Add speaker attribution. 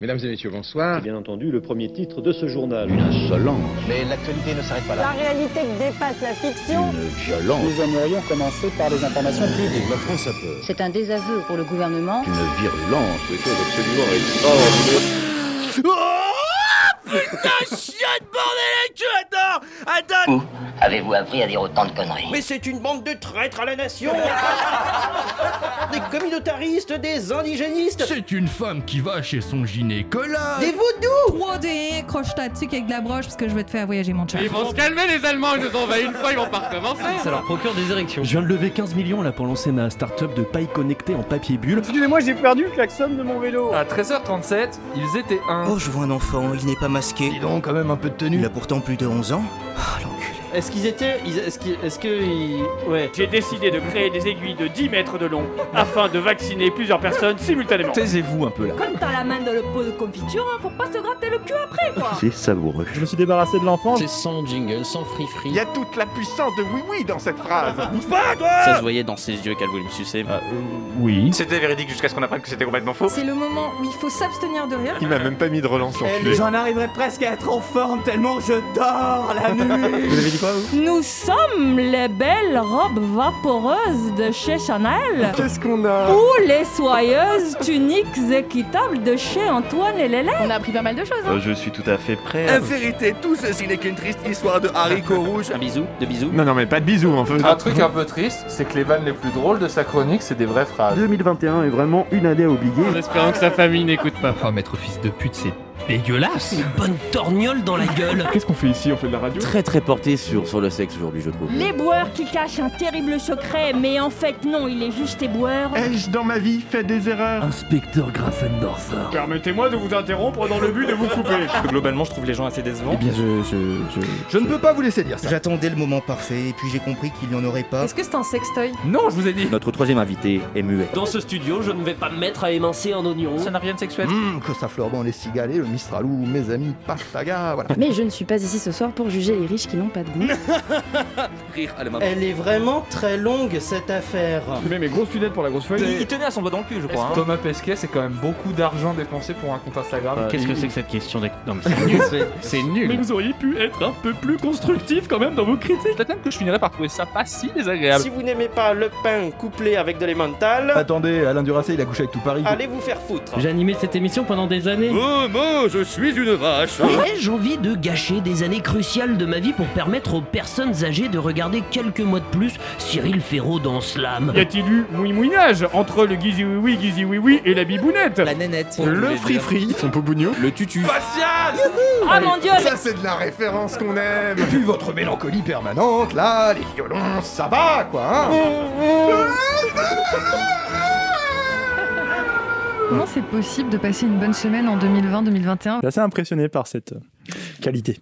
Speaker 1: Mesdames et messieurs, bonsoir.
Speaker 2: C'est bien entendu le premier titre de ce journal.
Speaker 3: Une insolence.
Speaker 4: Mais l'actualité ne s'arrête pas là.
Speaker 5: La réalité dépasse la fiction.
Speaker 3: Une violence.
Speaker 6: Nous aimerions commencer par les informations publiques.
Speaker 7: La France a peur.
Speaker 8: C'est un désaveu pour le gouvernement.
Speaker 3: Une virulence. Des choses absolument extraordinaires.
Speaker 9: Oh Putain, chiotte, bordel, tu adore Attends
Speaker 10: Où avez-vous appris à dire autant de conneries
Speaker 9: Mais c'est une bande de traîtres à la nation Des communautaristes, des indigénistes
Speaker 11: C'est une femme qui va chez son gynécologue
Speaker 9: Des vaudous
Speaker 12: 3D, croche ta dessus avec de la broche parce que je vais te faire voyager mon chat.
Speaker 13: Ils vont se calmer les Allemands, ils nous envahissent une fois, ils vont pas recommencer
Speaker 14: Ça leur procure des érections.
Speaker 15: Je viens de lever 15 millions là pour lancer ma start-up de paille connectée en papier bulle.
Speaker 16: Excusez-moi, j'ai perdu le klaxon de mon vélo
Speaker 17: À 13h37, ils étaient un...
Speaker 18: Oh, je vois un enfant, il n'est pas masqué.
Speaker 19: Dis donc, quand même un peu de tenue.
Speaker 18: Il a pourtant plus de 11 ans. Oh,
Speaker 14: est-ce qu'ils étaient. Est-ce qu'ils. Est-ce que. Ils... Ouais.
Speaker 20: J'ai décidé de créer des aiguilles de 10 mètres de long afin de vacciner plusieurs personnes simultanément.
Speaker 15: Taisez-vous un peu là.
Speaker 9: Comme t'as la main dans le pot de confiture, hein, faut pas se gratter le cul après quoi.
Speaker 3: C'est savoureux.
Speaker 16: Je me suis débarrassé de l'enfant.
Speaker 14: C'est sans jingle, sans free-free.
Speaker 2: Il y a toute la puissance de oui-oui dans cette phrase.
Speaker 20: Bouge pas toi
Speaker 14: Ça se voyait dans ses yeux qu'elle voulait me sucer.
Speaker 15: Ah, euh, oui.
Speaker 2: C'était véridique jusqu'à ce qu'on apprenne que c'était complètement faux.
Speaker 9: C'est le moment où il faut s'abstenir de rire.
Speaker 2: Il m'a même pas mis de relance
Speaker 8: en J'en arriverai presque à être en forme tellement je dors la nuit.
Speaker 15: Vous avez dit quoi, vous
Speaker 9: Nous sommes les belles robes vaporeuses de chez Chanel.
Speaker 2: Qu'est-ce qu'on a
Speaker 9: Ou les soyeuses tuniques équitables de chez Antoine et Lélène.
Speaker 12: On a appris pas mal de choses. Hein.
Speaker 3: Euh, je suis tout à fait prêt.
Speaker 6: À... En vérité, tout ceci n'est qu'une triste histoire de haricots rouges.
Speaker 14: Un bisou De bisous
Speaker 2: Non, non, mais pas de bisous, en
Speaker 3: Ah.
Speaker 2: fait.
Speaker 17: Un truc un peu triste, c'est que les vannes les plus drôles de sa chronique, c'est des vraies phrases.
Speaker 3: 2021 est vraiment une année à oublier.
Speaker 13: En espérant que sa famille n'écoute pas.
Speaker 14: Oh, maître fils de pute, c'est dégueulasse
Speaker 8: Une bonne torgnole dans la gueule
Speaker 2: Qu'est-ce qu'on fait ici On fait de la radio
Speaker 3: Très très porté sur, sur le sexe aujourd'hui je trouve.
Speaker 9: Les boueurs qui cachent un terrible secret, mais en fait non, il est juste éboueur.
Speaker 2: Ai-je dans ma vie fait des erreurs
Speaker 15: Inspecteur Grafendorfer.
Speaker 20: Permettez-moi de vous interrompre dans le but de vous couper.
Speaker 14: Globalement je trouve les gens assez décevants.
Speaker 15: Eh bien je... Je, je,
Speaker 16: je ne peux pas vous laisser dire ça.
Speaker 18: J'attendais le moment parfait et puis j'ai compris qu'il n'y en aurait pas.
Speaker 12: Est-ce que c'est un sextoy
Speaker 16: Non, je vous ai dit
Speaker 3: Notre troisième invité est muet.
Speaker 14: Dans ce studio, je ne vais pas me mettre à émincer un oignon. Ça n'a rien de sexuel.
Speaker 2: Mmh, que ça fleure bon les cigales et le Mistralou, mes amis, Pastaga, voilà.
Speaker 1: Mais je ne suis pas ici ce soir pour juger les riches qui n'ont pas de goût.
Speaker 14: Rire à la maman.
Speaker 8: Elle est vraiment très longue cette affaire.
Speaker 20: Je mets mes grosses lunettes pour la grosse feuille.
Speaker 14: Il tenait à son doigt dans le cul, je crois. Hein.
Speaker 17: Thomas Pesquet, c'est quand même beaucoup d'argent dépensé pour un compte Instagram.
Speaker 14: Euh, Qu'est-ce que c'est que cette question des... Non, mais c'est nul. c'est nul.
Speaker 20: Mais vous auriez pu être un peu plus constructif quand même dans vos critiques.
Speaker 17: Peut-être même que je finirais par trouver ça pas si désagréable.
Speaker 8: Si vous n'aimez pas le pain couplé avec de l'emmental.
Speaker 16: Attendez, Alain Duracet, il a couché avec tout Paris.
Speaker 8: Allez vous faire foutre.
Speaker 14: J'ai animé cette émission pendant des années.
Speaker 6: Oh, oh, je suis une vache. Hein
Speaker 8: Ai-je envie de gâcher des années cruciales de ma vie pour permettre aux personnes âgées de regarder quelques mois de plus Cyril Ferraud dans Slam
Speaker 20: Y a-t-il eu mouimouinage entre le guizi-oui-oui, guizi-oui-oui et la bibounette
Speaker 8: La nénette.
Speaker 2: Le fri-fri. Son poubougnou.
Speaker 14: Le tutu.
Speaker 2: Facial
Speaker 9: Ah mon dieu
Speaker 2: Ça, c'est de la référence qu'on aime.
Speaker 16: Et puis votre mélancolie permanente, là, les violons, ça va, quoi, hein
Speaker 12: Comment c'est possible de passer une bonne semaine en 2020-2021
Speaker 16: Je suis assez impressionné par cette qualité.